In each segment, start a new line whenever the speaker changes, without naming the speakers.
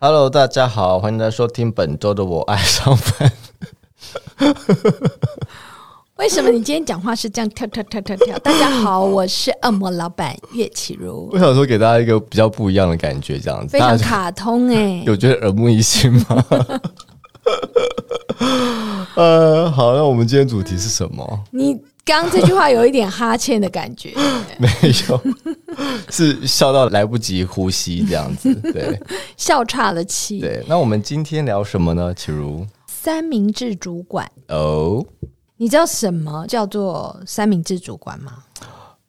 Hello，大家好，欢迎大家收听本周的《我爱上班》。
为什么你今天讲话是这样跳跳跳跳跳？大家好，我是恶魔老板岳启如
我，想说给大家一个比较不一样的感觉，这样子，
非常
大家
卡通哎、
有觉得耳目一新吗？ 呃，好，那我们今天主题是什 么？
你刚刚这句话有一点哈欠的感觉，
没有，是笑到来不及呼吸这样子。对
笑岔了气。
对，那我们今天聊什么呢？启如
三明治主管，
哦，
你知道什么叫做三明治主管吗？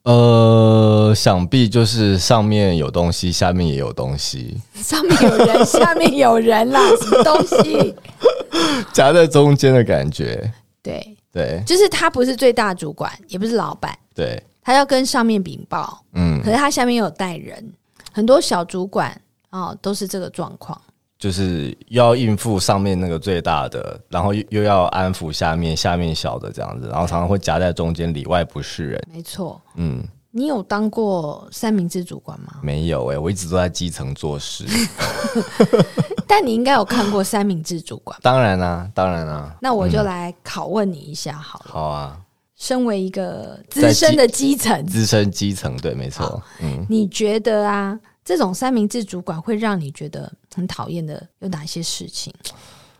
呃，想必就是上面有东西，下面也有东西，
上面有人，下面有人啦，什么 东西？
夹在中间的感觉。
对，
对
就是他不是最大主管，也不是老板，
对，
他要跟上面禀报，
嗯。
可是他下面有带人，很多小主管哦都是这个状况。
就是要应付上面那个最大的，然后又又要安抚下面下面小的这样子，然后常常会夹在中间，里外不是人。
没错，
嗯，
你有当过三明治主管吗？
没有欸诶、我一直都在基层做事。
但你应该有看过三明治主管。
当然啦、啊当然啦、
那我
嗯
就来拷问你一下好了。
好啊，
身为一个资深的基层，
资深基层对，没错。嗯，
你觉得啊，这种三明治主管会让你觉得很讨厌的有哪些事情？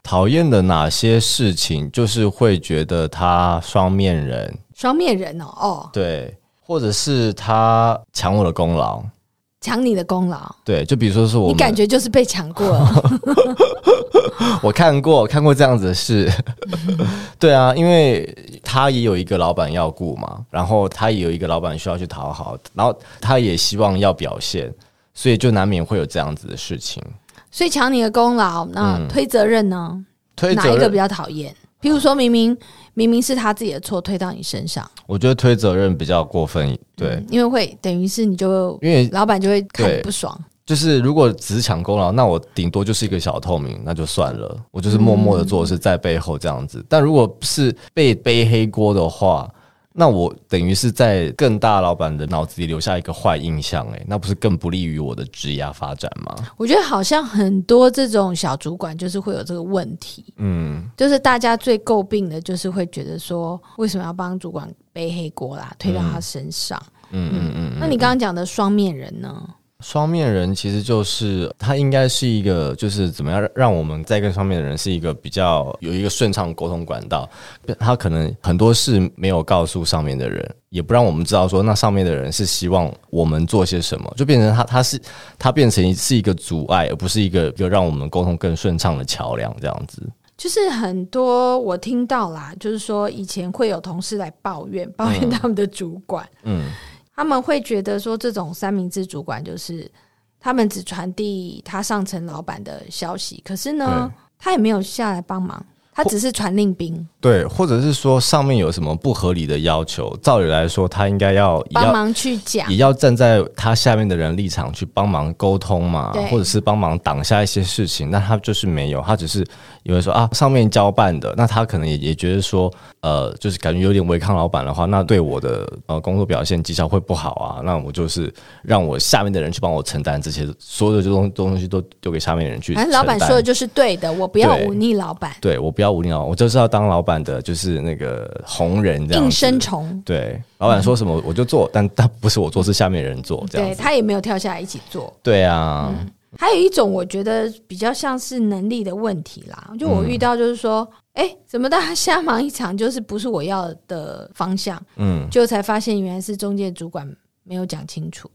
讨厌的哪些事情，就是会觉得他双面人，
双面人哦，哦，
对，或者是他抢我的功劳，
抢你的功劳，
对，就比如说是我
你
们，
感觉就是被抢 过了。
我看过看过这样子的事， 对啊，因为他也有一个老板要顾嘛，然后他也有一个老板需要去讨好，然后他也希望要表现，所以就难免会有这样子的事情。
所以抢你的功劳，那推责任呢？
嗯推
哪一
责
个比
任，
较讨厌？譬如说明明明明是他自己的错，推到你身上，
我觉得推责任比较过分，对，
嗯因为会等于是你就
因为
老板就会看
对
你不爽，
就是如果只抢功劳，那我顶多就是一个小透明，那就算了，我就是默默的做事在背后这样子。但如果是被背黑锅的话，那我等于是在更大老板的脑子里留下一个坏印象、欸，那不是更不利于我的职涯发展吗？
我觉得好像很多这种小主管就是会有这个问题，
嗯，
就是大家最诟病的就是会觉得说，为什么要帮主管背黑锅啦，推到他身上？
嗯嗯嗯，
那你刚刚讲的双面人呢？
双面人其实就是他应该是一个，就是怎么样让让我们在跟双面的人是一个比较有一个顺畅沟通管道。他可能很多事没有告诉上面的人，也不让我们知道说那上面的人是希望我们做些什么，就变成他他是他变成是一个阻碍，而不是一个一个让我们沟通更顺畅的桥梁这样子。
就是很多我听到啦，就是说以前会有同事来抱怨， 抱怨他们的主管，
嗯，
他们会觉得说这种三明治主管就是他们只传递他上层老板的消息，可是呢，他也没有下来帮忙，他只是传令兵。
对，或者是说上面有什么不合理的要求，照理来说他应该要也
帮
要
忙去讲
也，要站在他下面的人立场去帮忙沟通嘛
对，
或者是帮忙挡下一些事情。那他就是没有，他只是有人说啊，上面交办的，那他可能也也觉得说，呃，就是感觉有点违抗老板的话，那对我的呃工作表现绩效会不好啊。那我就是让我下面的人去帮我承担这些所有的这种东西都丢给下面的人去承
反
担。
啊正老板说的就是对的，我不要
对
忤逆老板，
对我不要忤逆老，我就是要当老板的，就是那个红人这样
应
子。
声虫。
对，老板说什么我就做，但但不是我做，是下面人做这样
对
子。
他也没有跳下来一起做。
对啊，
还有一种，我觉得比较像是能力的问题啦。就
嗯
我遇到就是说，哎、怎么大家瞎忙一场，就是不是我要的方向，
嗯，
就才发现原来是中介主管没有讲清楚。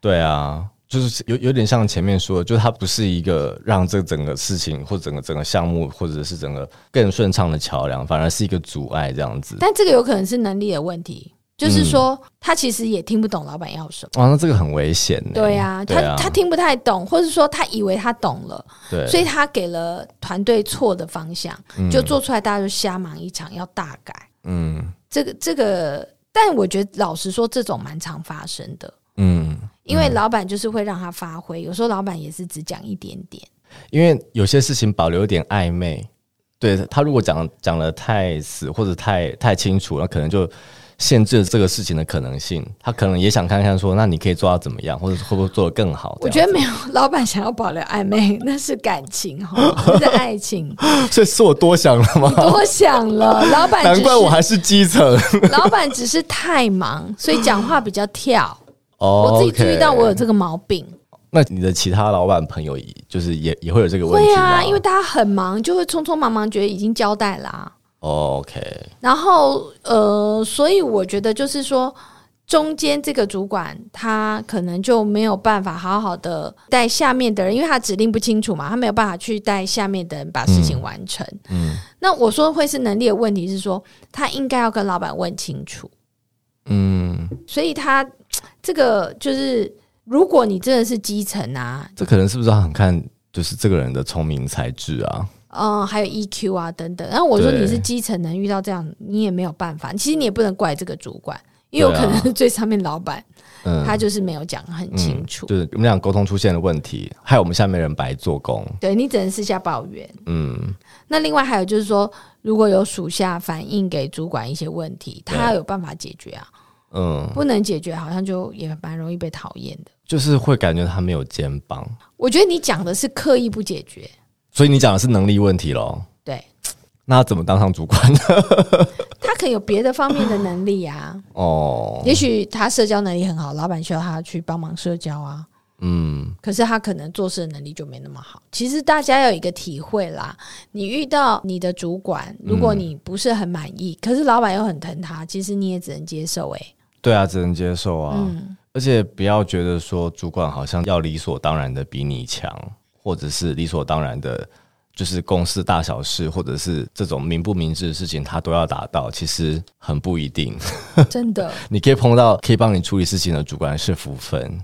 对啊，就是有有点像前面说的，就是它不是一个让这整个事情或整个整个项目或者是整个更顺畅的桥梁，反而是一个阻碍这样子。
但这个有可能是能力的问题，就是说、
嗯
他其实也听不懂老板要什么。
哇，那这个很危险呢。
对呀、
对啊
他他听不太懂，或是说他以为他懂了，
对，
所以他给了团队错的方向，就做出来大家就瞎忙一场，要大改。
嗯
这个这个，但我觉得老实说，这种蛮常发生的，
嗯，
因为老板就是会让他发挥，有时候老板也是只讲一点点。
因为有些事情保留一点暧昧，对他如果讲讲的太死或者太太清楚，那可能就限制了这个事情的可能性。他可能也想看看说，那你可以做到怎么样，或者会不会做得更好？
我觉得没有， 老板想要保留暧 昧，那是感情哈，不是爱情。
所以是我多想了吗？
多想 了，老板只
难
是
怪我 还是基层。
老板只是太忙，所以讲话比较跳。
哦
我自己注意到我有这
个。
个毛病。
那你的其他老板朋友也就是也也会有这个问题
会
吗
啊，因为大家很忙，就会匆匆忙忙，觉得已经交代啦、
哦 OK，
然后呃，所以我觉得就是说，中间这个主管他可能就没有办法好好的带下面的人，因为他指令不清楚嘛，他没有办法去带下面的人把事情完成。
嗯
那我说会是能力的问题，是说他应该要跟老板问清楚，
嗯，
所以他这个就是。如果你真的是基层啊，
这可能是不是很看就是这个人的聪明才智啊？
嗯，还有 EQ 啊等等。然后我说
对
你是基层，能遇到这样，你也没有办法。其实你也不能怪这个主管，因为有
对啊
可能是最上面老板，
嗯，
他就是没有讲很清楚。
就是我们俩沟通出现了问题，害我们下面人白做工。
对你只能私下抱怨。
嗯，
那另外还有就是说，如果有属下反映给主管一些问题，他要有办法解决啊，
嗯，
不能解决好像就也蛮容易被讨厌的。
就是会感觉他没有肩膀，
我觉得你讲的是刻意不解决，
所以你讲的是能力问题咯。
对
那他怎么当上主管呢？
他可能有别的方面的能力啊，
哦，
也许他社交能力很好，老板需要他去帮忙社交啊，
嗯，
可是他可能做事的能力就没那么好。其实大家要有一个体会啦，你遇到你的主管，如果你不是很满意，可是老板又很疼他，其实你也只能接受、欸。
对啊，只能接受啊。
嗯，
而且不要觉得说主管好像要理所当然的比你强，或者是理所当然的，就是公司大小事，或者是这种明不明智的事情，他都要达到，其实很不一定。
真的，
你可以碰到可以帮你处理事情的主管是福分，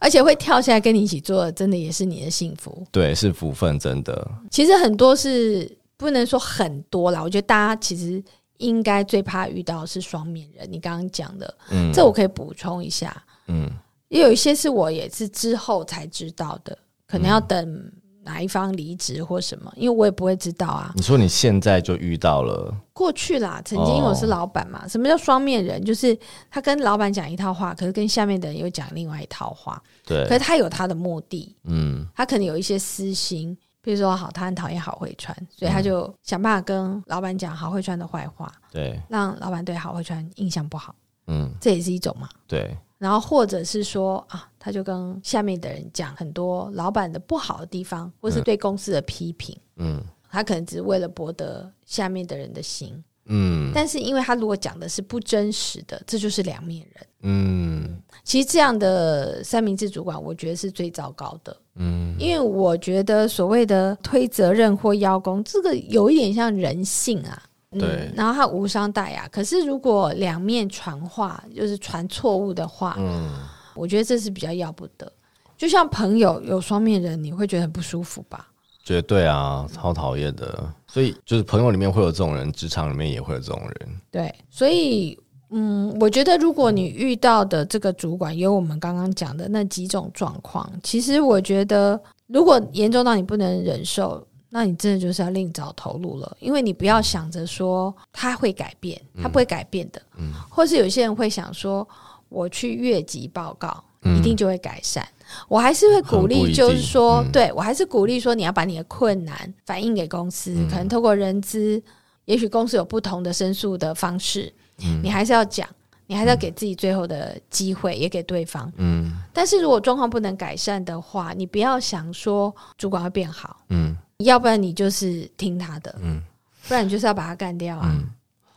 而且会跳下来跟你一起做的，真的也是你的幸福。
对，是福分，真的。
其实很多是不能说很多啦，我觉得大家其实应该最怕遇到的是双面人。你刚刚讲的，
嗯，
这我可以补充一下，
嗯
也有一些是我也是之后才知道的，可能要等哪一方离职或什么，因为我也不会知道啊。
你说你现在就遇到了，
过去啦，曾经我是老板嘛，什么叫双面人？就是他跟老板讲一套话，可是跟下面的人又讲另外一套话，可
对
是，他有他的目的，
嗯
他可能有一些私心，比如说好，他很讨厌郝慧川，所以他就想办法跟老板讲郝慧川的坏话，
对，
让老板对郝慧川印象不好，
嗯
这也是一种嘛。
对，
然后或者是说啊，他就跟下面的人讲很多老板的不好的地方，或是对公司的批评，
嗯
他可能只是为了博得下面的人的心。
嗯
但是因为他如果讲的是不真实的，这就是两面人。
嗯
其实这样的三明治主管，我觉得是最糟糕的。
嗯，
因为我觉得所谓的推责任或邀功，这个有一点像人性啊。
对
然后他无伤大雅。可是如果两面传话，就是传错误的话，
嗯，
我觉得这是比较要不得。就像朋友有双面人，你会觉得很不舒服吧？
绝对啊，超讨厌的。所以就是朋友里面会有这种人，职场里面也会有这种人。
对，所以嗯，我觉得如果你遇到的这个主管有我们刚刚讲的那几种状况，其实我觉得如果严重到你不能忍受，那你真的就是要另找投入了，因为你不要想着说他会改变，他不会改变的，
嗯
或是有些人会想说我去越级报告，
嗯
一定就会改善。我还是会鼓
很不一
励，
定
就是说，
嗯
对我还是鼓励说，你要把你的困难反映给公司，
嗯
可能透过人资，也许公司有不同的申诉的方式，
嗯
你还是要讲，你还是要给自己最后的机会，也给对方。
嗯
但是如果状况不能改善的话，你不要想说主管会变好，
嗯
要不然你就是听他的，
嗯
不然你就是要把他干掉啊。
嗯，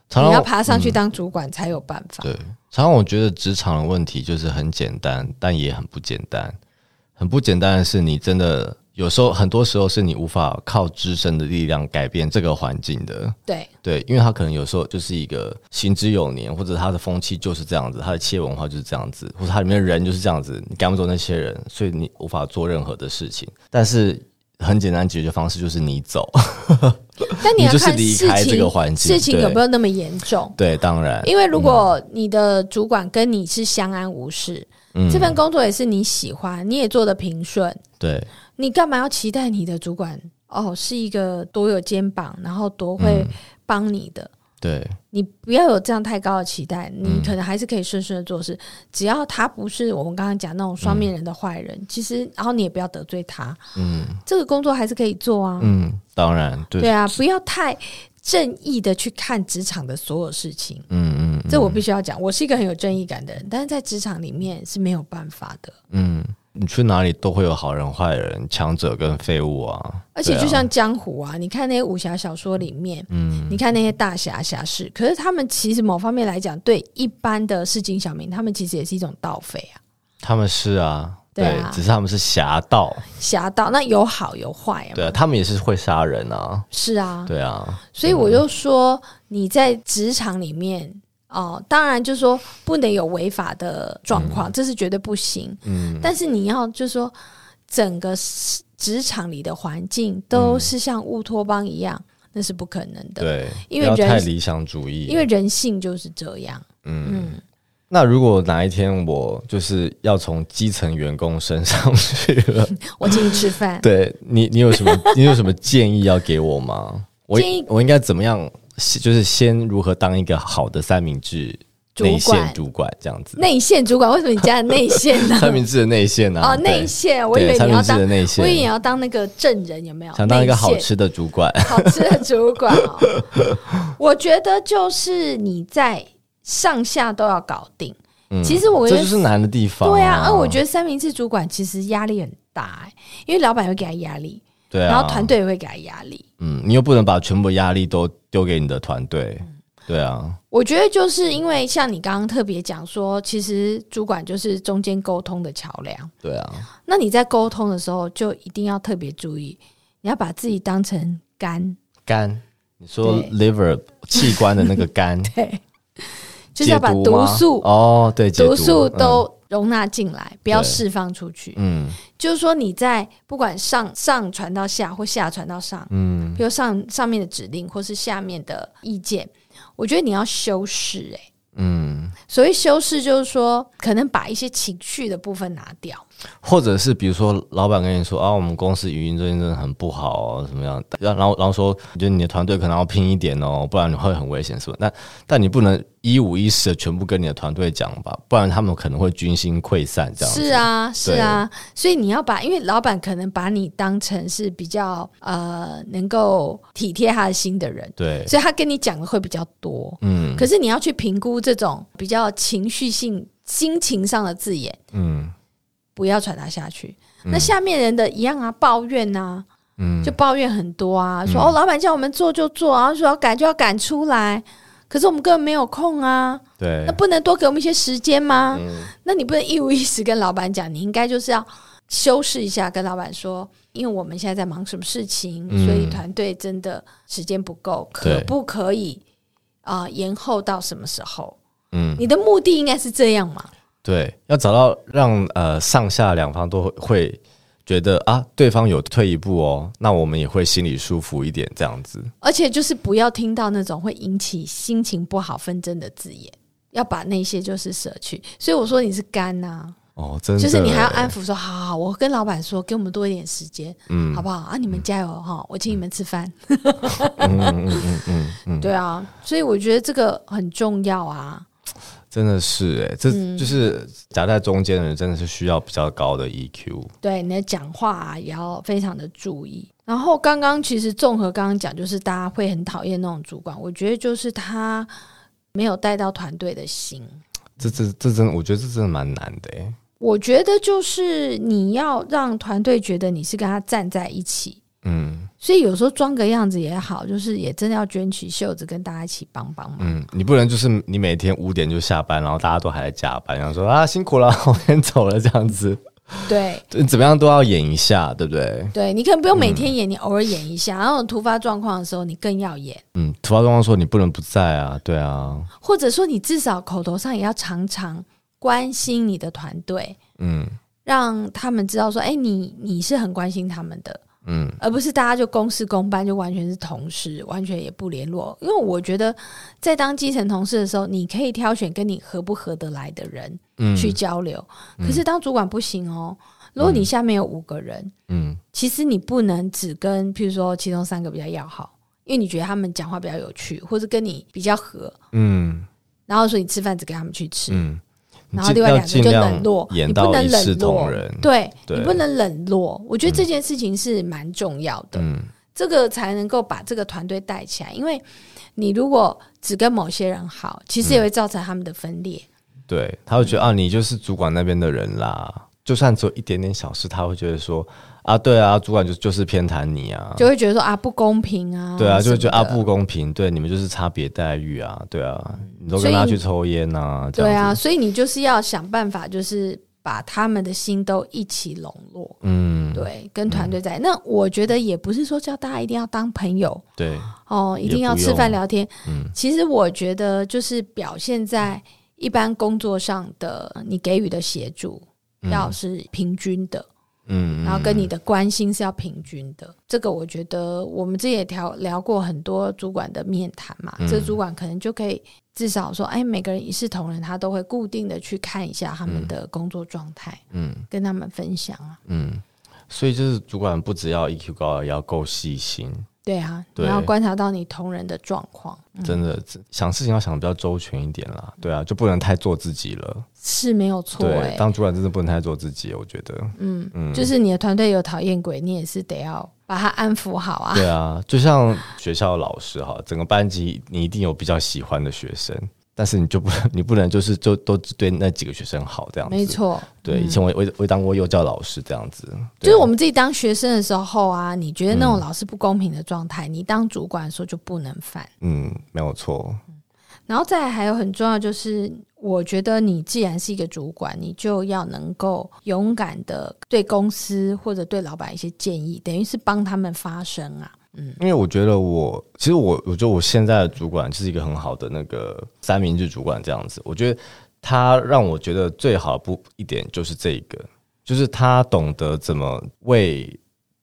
常
你要
常
爬上去当主管才有办法。
对，常常我觉得职场的问题就是很简单，但也很不简单。很不简单的是，你真的有时候很多时候是你无法靠自身的力量改变这个环境的。
对
对，因为他可能有时候就是一个行之有年，或者他的风气就是这样子，他的企业文化就是这样子，或者他里面的人就是这样子，你赶不走那些人，所以你无法做任何的事情。但是很简单解决方式就是你走，
但你要
就是
看
离
事
开这个
情，
环境。
事情有没
有？
有那么严重？
对，当然，
因为如果你的主管跟你是相安无事，
嗯
这份工作也是你喜欢，你也做得平顺，
对，
你干嘛要期待
嗯
你的主管哦是一个多有肩膀，然后多会帮你的？
对，
你不要有这样太高的期待，你
嗯
可能还是可以顺顺的做事，只要他不是我们刚刚讲那种双面人的坏人，其实然后你也不要得罪他，
嗯
这个工作还是可以做啊。
嗯，当然，对，
对啊，不要太正义的去看职场的所有事情，
嗯嗯，
这我必须要讲。我是一个很有正义感的人，但是在职场里面是没有办法的。
嗯，你去哪里都会有好人、坏人、强者跟废物啊，
而且
对啊
就像江湖啊，你看那些武侠小说里面，
嗯
你看那些大侠侠士，可是他们其实某方面来讲，对一般的市井小民，他们其实也是一种盗匪啊，
他们是啊，
对啊
只是他们是侠盗，
侠盗。那有好有坏啊嘛，
对啊，他们也是会杀人啊，
是啊，
对啊，
所以我就说你在职场里面。哦，当然，就是说不能有违法的状况，这是绝对不行。
嗯
但是你要就是说，整个市职场里的环境都是像乌托邦一样，那是不可能的。
对，
啊因为
不要
人
太理想主义，
因为人性就是这样。嗯，
那如果哪一天我就是要从基层员工升上 去了，
我请你吃饭，
对你，你有什 么你有什么建议要给我吗？我
建议
我应该怎么样？就是先如何当一个好的三明治
主
内线
管
主管这样子，？
内线主管为什么你加了内线 呢
三明治的内线啊，
哦，
对
内线，我以
对
为
三
你
明
要
治
当
的，内
我以为你
线，
要当那个证人，有没有？
想当一个好
内线
吃的主管，
好吃的主管哦。 我觉得就是你在上下都要搞定。
嗯
其实我觉
这
得
就是难的地方、
对啊，而我觉
得
得三明治主管其实压力很大、欸，因为老板会给他压力，
对啊，
然后团，队也会给他压力。
嗯，你又不能把全部压力都丢给你的团队，对啊，
我觉得就是因为像你刚刚特别讲说，其实主管就是中间沟通的桥梁。
对啊，
那你在沟通的时候，就一定要特别注意，你要把自己当成肝，
肝，你说
对
liver 器官的那个肝，
对， 就是要把
解
毒
吗
素、
哦，对，解
毒素
嗯
都容纳进来，不要
对
释放出去。
嗯
就是说，你在不管上上传到下或下传到上，
嗯
比如上上面的指令或是下面的意见，我觉得你要修饰、欸。
嗯，
所谓修饰，就是说可能把一些情绪的部分拿掉。
或者是比如说，老板跟你说啊，我们公司语音最近真的很不好哦，怎么样？然后然后说，就你的团队可能要拼一点哦，不然你会很危险，是吧？那但你不能一五一十的全部跟你的团队讲吧，不然他们可能会军心溃散这样子。
是啊，是啊，所以你要把，因为老板可能把你当成是比较呃能够体贴他的心的人，
对，
所以他跟你讲的会比较多。
嗯
可是你要去评估这种比较情绪性、心情上的字眼，
嗯
不要传达下去。那下面人的一样啊，抱怨啊，
嗯，
就抱怨很多啊，说哦，老板叫我们做就做，然后说要赶就要赶出来，可是我们根本没有空啊，
对嗯
那，不能多给我们一些时间吗？那你不能一五一十跟老板讲，你应该就是要修饰一下，跟老板说，因为我们现在在忙什么事情，
嗯
所以团队真的时间不够，可
对
不可以啊、呃延后到什么时候？
嗯
你的目的应该是这样嘛？
对，要找到让呃上下两方都会会觉得啊，对方有退一步哦，那我们也会心里舒服一点，这样子。
而且就是不要听到那种会引起心情不好纷争的字眼，要把那些就是舍去。所以我说你是干呐、
哦，真的，
就是你还要安抚说，好好好，我跟老板说，给我们多一点时间，嗯，好不好啊？你们加油哈、我请你们吃饭。
嗯嗯嗯嗯嗯嗯，
对啊，所以我觉得这个很重要啊。
真的是哎，这
嗯
就是夹在中间的人，真的是需要比较高的 E EQ。
对你的讲话、啊、也要非常的注意。然后刚刚其实综合刚刚讲，就是大家会很讨厌那种主管，我觉得就是他没有带到团队的心。
这这这真的，我觉得这真的蛮难的哎。
我觉得就是你要让团队觉得你是跟他站在一起，
嗯
所以有时候装个样子也好，就是也真的要卷起袖子跟大家一起帮帮 忙。
嗯，你不能就是你每天五点就下班，然后大家都还在加班，然后说啊辛苦了， 我先走了这样子，
对，
对怎么样都要演一下，对不对？
对你可能不用每天演，你偶尔演一下，然后突发状况的时候你更要演。
嗯，突发状况说你不能不在啊，对啊，
或者说你至少口头上也要常常关心你的团队，
嗯
让他们知道说，哎、你你是很关心他们的，
嗯
而不是大家就公事公办，就完全是同事，完全也不联络。因为我觉得在当基层同事的时候，你可以挑选跟你合不合得来的人
嗯
去交流，可是当主管不行哦。如果你下面有五个人，
嗯
其实你不能只跟，譬如说其中三个比较要好，因为你觉得他们讲话比较有趣，或者跟你比较合，
嗯
然后所以你吃饭只给他们去吃，
嗯，你
然后
尽
另外
要
两个
尽
就
量
冷落，
演
你
到
不能
一视
冷
同
落，
仁，
对
对
你不能冷落。我觉得这件事情是蛮重要的，
嗯
这个才能够把这个团队带起来。因为你如果只跟某些人好，其
嗯
实也会造成他们的分裂。
对，他会觉得啊，你就是主管那边的人啦。就算只有一点点小事，他会觉得说啊，对啊，主管就就是偏袒你啊，
就会觉得说啊不公平啊，
对啊，就
什
会
么
觉得啊
的
不公平，对，你们就是差别待遇啊，对啊，你都
所
跟
以
他
你
去抽烟啊，这
对
样
啊，
子，
所以你就是要想办法，就是把他们的心都一起笼络，
嗯，
对，跟团队在。那我觉得也不是说叫大家一定要当朋友
对，
哦，一定要吃
也
饭
不用
聊天。
嗯
其实我觉得就是表现在一般工作上的你给予的协助。
嗯
要是平均的，
嗯，
然后
嗯
跟你的关心是要平均的，这个我觉得我们之前也聊聊过很多主管的面谈嘛，
嗯
这主管可能就可以至少说，哎，每个人一视同仁，他都会固定的去看一下他们的工作状态，
嗯
跟他们分享啊，
嗯，所以就是主管不只要 EQ 高，也要够细心，
对啊，
对
然后观察到你同仁的状况，
真的想事情要想得比较周全一点啦，对啊，就不能太做自己了，
是没有错哎、
对，当主管真的不能太做自己，我觉得，
嗯，
嗯，
就是你的团队有讨厌鬼，你也是得要把他安抚好啊，
对啊，就像学校老师哈，整个班级你一定有比较喜欢的学生，但是你就不 你不能就是就都只对那几个学生好这样子。
没，错，
啊
嗯
对，以前我也我也我也当过幼教老师这样子，对
就是我们自己当学生的时候啊，你觉得那种老师不公平的状态，你当主管的时候就不能犯。
嗯，没有错，
然后再来还有很重要就是，我觉得你既然是一个主管，你就要能够勇敢的对公司或者对老板一些建议，等于是帮他们发声啊。
因为我觉得我其实我我觉得我现在的主管就是一个很好的那个三明治主管这样子，我觉得他让我觉得最好的不一点就是这个，就是他懂得怎么为，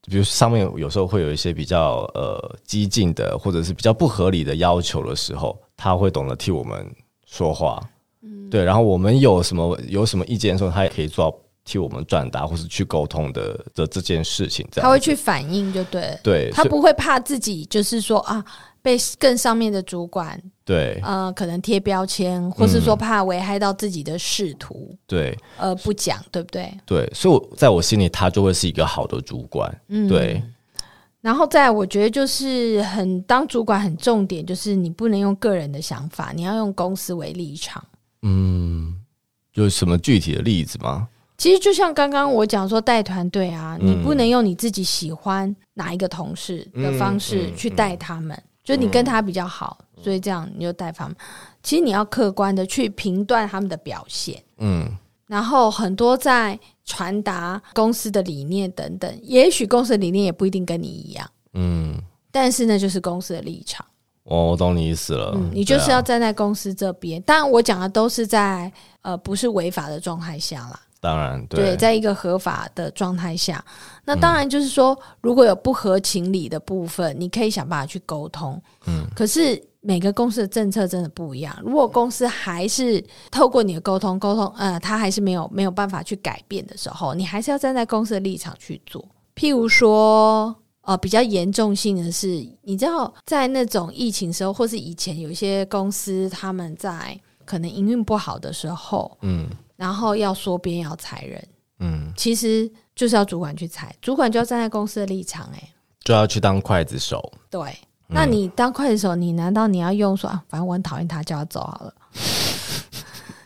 比如上面有时候会有一些比较呃激进的或者是比较不合理的要求的时候，他会懂得替我们说话，
嗯
对，然后我们有什么有什么意见的时候，他也可以做到替我们转达或是去沟通的的这件事情，这
他
样
会
子
去反应，就对了，
啊对，
他
所以
不会怕自己就是说啊被更上面的主管
对嗯
呃可能贴标签，或是说怕危害到自己的仕途
对。
而不讲，对不对？
对，所以我在我心里，他就会是一个好的主管。
嗯，
对，
然后再来我觉得就是很当主管很重点，就是你不能用个人的想法，你要用公司为立场。
嗯，有什么具体的例子吗？
其实就像刚刚我讲说带团队啊，
嗯
你不能用你自己喜欢哪一个同事的方式
嗯嗯
去带他们，就你跟他比较好，所以这样你就带他们。其实你要客观的去评断他们的表现，
嗯
然后很多在传达公司的理念等等，也许公司的理念也不一定跟你一样，
嗯，
但是那就是公司的立场。
我我懂你意思了。
嗯，你就是
对
要
啊
站在公司这边。当然，我讲的都是在呃不是违法的状态下啦，
当然
对，
对嗯
在一个合法的状态下。那当然就是说，如果有不合情理的部分，你可以想办法去沟通。
嗯，
可是每个公司的政策真的不一样。如果公司还是透过你的沟通沟通，呃，他还是没有没有办法去改变的时候，你还是要站在公司的立场去做。譬如说，呃，比较严重性的是，你知道，在那种疫情时候，或是以前有一些公司他们在可能营运不好的时候，
嗯
然后要缩编要裁人，
嗯，
其实就是要主管去裁，主管就要站在公司的立场、欸，
就要去当刽子手。
对。那你当刽子手，你难道你要用说啊，反正我很讨厌他，叫他走好了？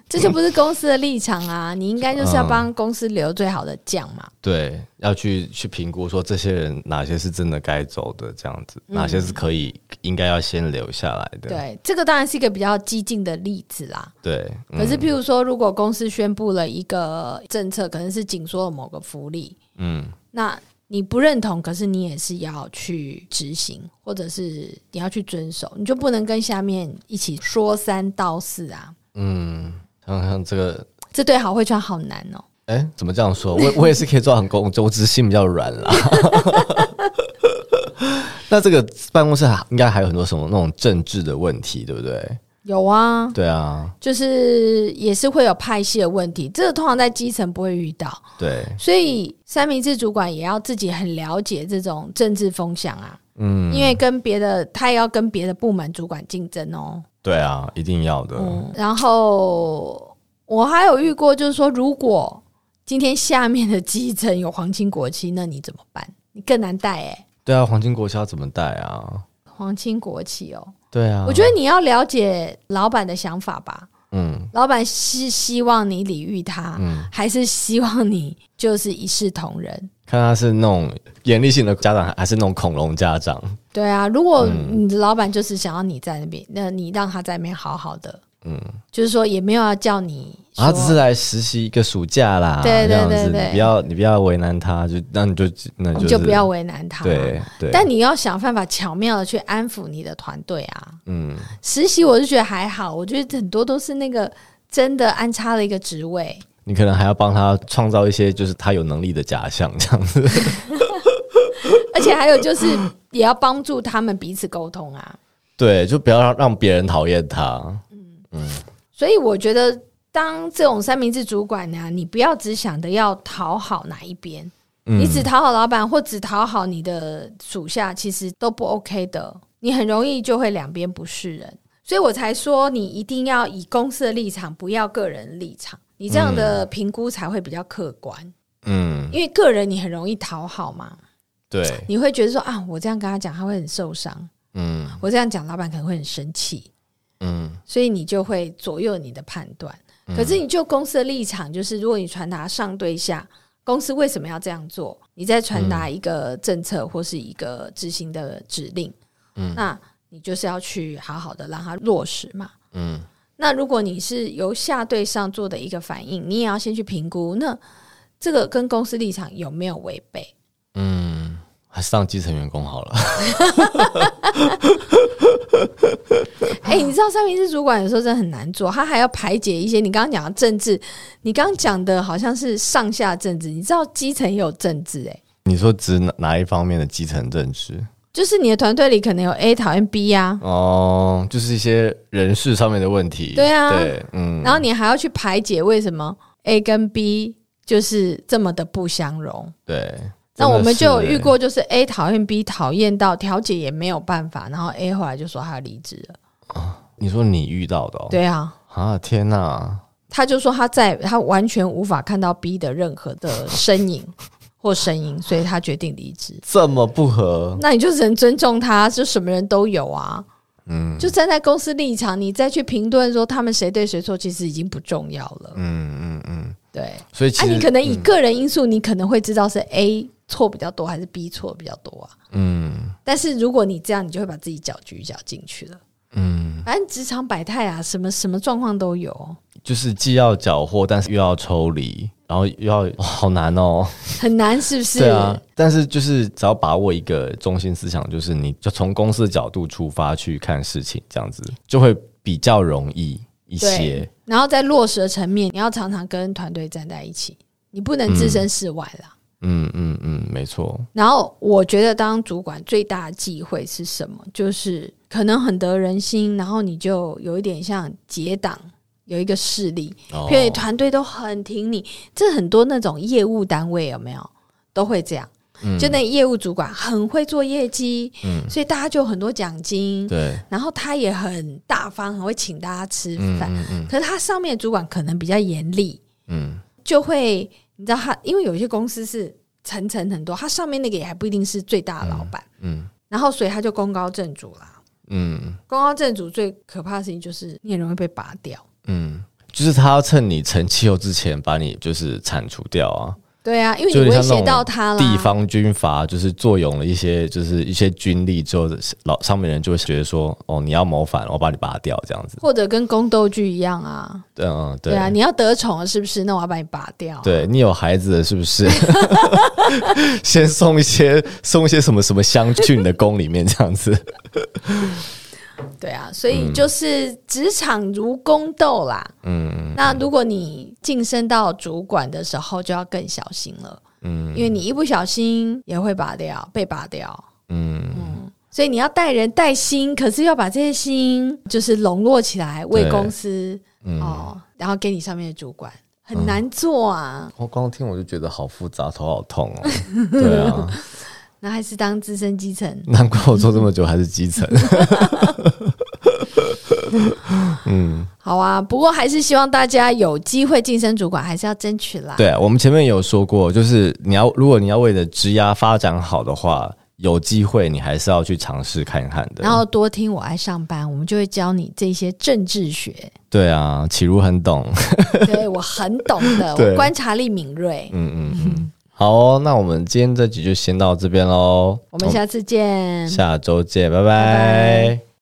这就不是公司的立场啊！你应该就是要帮公司留最好的将嘛。
对，要去去评估说这些人哪些是真的该走的，这样子，哪些
嗯
是可以应该要先留下来的。
对，这个当然是一个比较激进的例子啦。
对，嗯
可是，譬如说，如果公司宣布了一个政策，可能是紧缩了某个福利，
嗯
那你不认同，可是你也是要去执行，或者是你要去遵守，你就不能跟下面一起说三道四啊！
嗯，像像这个，
这对好会穿好难哦、
哎、怎么这样说？我我也是可以做到很公正，我只是心比较软啦。 那这个办公室还应该还有很多什么那种政治的问题，对不对？
有啊，
对啊，
就是也是会有派系的问题，这个通常在基层不会遇到，
对，
所以三明治主管也要自己很了解这种政治风向啊。嗯，因为跟别的他也要跟别的部门主管竞争哦。
对啊，一定要的。
嗯，然后我还有遇过，就是说，如果今天下面的基层有皇亲国戚，那你怎么办？你更难带哎、
对啊，黄金国旗要怎么带啊？
皇亲国戚哦。
对啊，
我觉得你要了解老板的想法吧。
嗯
老板是希望你礼遇他，
嗯，
还是希望你就是一视同仁？
看他是那种严厉性的家长，还是那种恐龙家长？
对啊，如果你的老板就是想要你在那边，那你让他在那边好好的，
嗯，
就是说也没有要叫你说，
啊他只是来实习一个暑假啦，
对对
这样子，
对对
你不要你不要为难他，就那你就那你
你
是
就不要为难他。
对对，
但你要想办法巧妙的去安抚你的团队啊。
嗯
实习我是觉得还好，我觉得很多都是那个真的安插了一个职位，
你可能还要帮他创造一些就是他有能力的假象，这样子。
而且还有就是也要帮助他们彼此沟通啊。
对，就不要让让别人讨厌他。
所以我觉得，当这种三明治主管呢、你不要只想着要讨好哪一边，你只讨好老板或只讨好你的属下，其实都不 OK 的。你很容易就会两边不是人，所以我才说你一定要以公司的立场，不要个人立场，你这样的评估才会比较客观。
嗯，
因为个人你很容易讨好嘛，
对，
你会觉得说啊，我这样跟他讲他会很受伤，
嗯
我这样讲老板可能会很生气，
嗯
所以你就会左右你的判断。可是你就公司的立场，就是如果你传达上对下，公司为什么要这样做？你再传达一个政策或是一个执行的指令，
嗯
那你就是要去好好的让它落实嘛。
嗯
那如果你是由下对上做的一个反应，你也要先去评估，那这个跟公司立场有没有违背？
嗯，还是当基层员工好了。
哎、你知道三明治主管有时候真的很难做，他还要排解一些你刚刚讲的政治，你刚刚讲的好像是上下政治，你知道基层也有政治哎、
你说指哪哪一方面的基层政治？
就是你的团队里可能有 A 讨厌 B 啊呀、
哦，就是一些人事上面的问题。
对啊
对，嗯，
然后你还要去排解为什么 A 跟 B 就是这么的不相容。
对。
那我们就
真
有
的是欸
遇过，就是 A 讨厌 B 讨厌到调解也没有办法，然后 A 后来就说他离职了。
欸。你说你遇到的、哦？
对啊，
啊，天哪！
他就说他在他完全无法看到 B 的任何的身影或声音，所以他决定离职。
这么不合，
那你就只能尊重他，就什么人都有啊。
嗯
就站在公司立场，你再去评论说他们谁对谁错，其实已经不重要了。
嗯嗯嗯，
对，
所以其
啊，
实、嗯
你可能以个人因素，你可能会知道是 A 错比较多还是 B 错比较多啊。
嗯
但是如果你这样，你就会把自己搅局搅进去了。
嗯，
反正职场百态啊，什么什么状况都有，
就是既要缴获，但是又要抽离，然后又要、哇好难哦。
很难是不是？
对啊，但是就是只要把握一个中心思想，就是你就从公司的角度出发去看事情，这样子就会比较容易一些
对。然后在落实的层面，你要常常跟团队站在一起，你不能置身事外啦。
嗯嗯嗯，没错。
然后我觉得当主管最大的忌讳是什么？就是可能很得人心，然后你就有一点像结党，有一个势力，
哦
譬如你团队都很挺你，这很多那种业务单位有没有都会这样？就那业务主管很会做业绩，
嗯
所以大家就有很多奖金，
对，
然后他也很大方，很会请大家吃
嗯
饭。
嗯嗯
可是他上面的主管可能比较严厉，
嗯，
就会你知道他，因为有一些公司是层层很多，他上面那个也还不一定是最大的老板，
嗯
然后所以他就功高震主啦。
嗯
功高震主最可怕的事情就是你很容易被拔掉。
嗯，就是他要趁你成气候之前把你就是铲除掉啊。
对啊，因为你
就有点
威
像那
胁
种
到他啦。
地方军阀就是坐拥了一些就是一些军力之后，老上面人就会觉得说，哦，你要谋反，我把你拔掉这样子。
或者跟宫斗剧一样啊，
嗯嗯，对
对啊，你要得宠了是不是？那我要把你拔掉、啊。
对你有孩子了是不是？先送一些送一些什么什么香去你的宫里面这样子。
对啊，所以就是职场如宫斗啦。
嗯
那如果你晋升到主管的时候，就要更小心了，
嗯
因为你一不小心也会拔掉，被拔掉。
嗯，
所以你要带人带心，可是要把这些心就是笼络起来，为
对
公司、
嗯
哦，然后给你上面的主管，很难做啊。
我光听我就觉得好复杂，头好痛哦。对啊，
那还是当资深基层。
难怪我做这么久还是基层。嗯，
好啊，不过还是希望大家有机会晋升主管，还是要争取 啦。
对啊，我们前面有说过，就是你要如果你要为了职涯发展好的话，有机会你还是要去尝试看看的。
然后多听《我爱上班》，我们就会教你这些政治 学。
对啊，启如很 懂。
对我很懂的，
对
我观察力敏锐。
嗯嗯嗯，好哦、那我们今天这集就先到这边喽，
我们下次见。
下周见，拜
拜
拜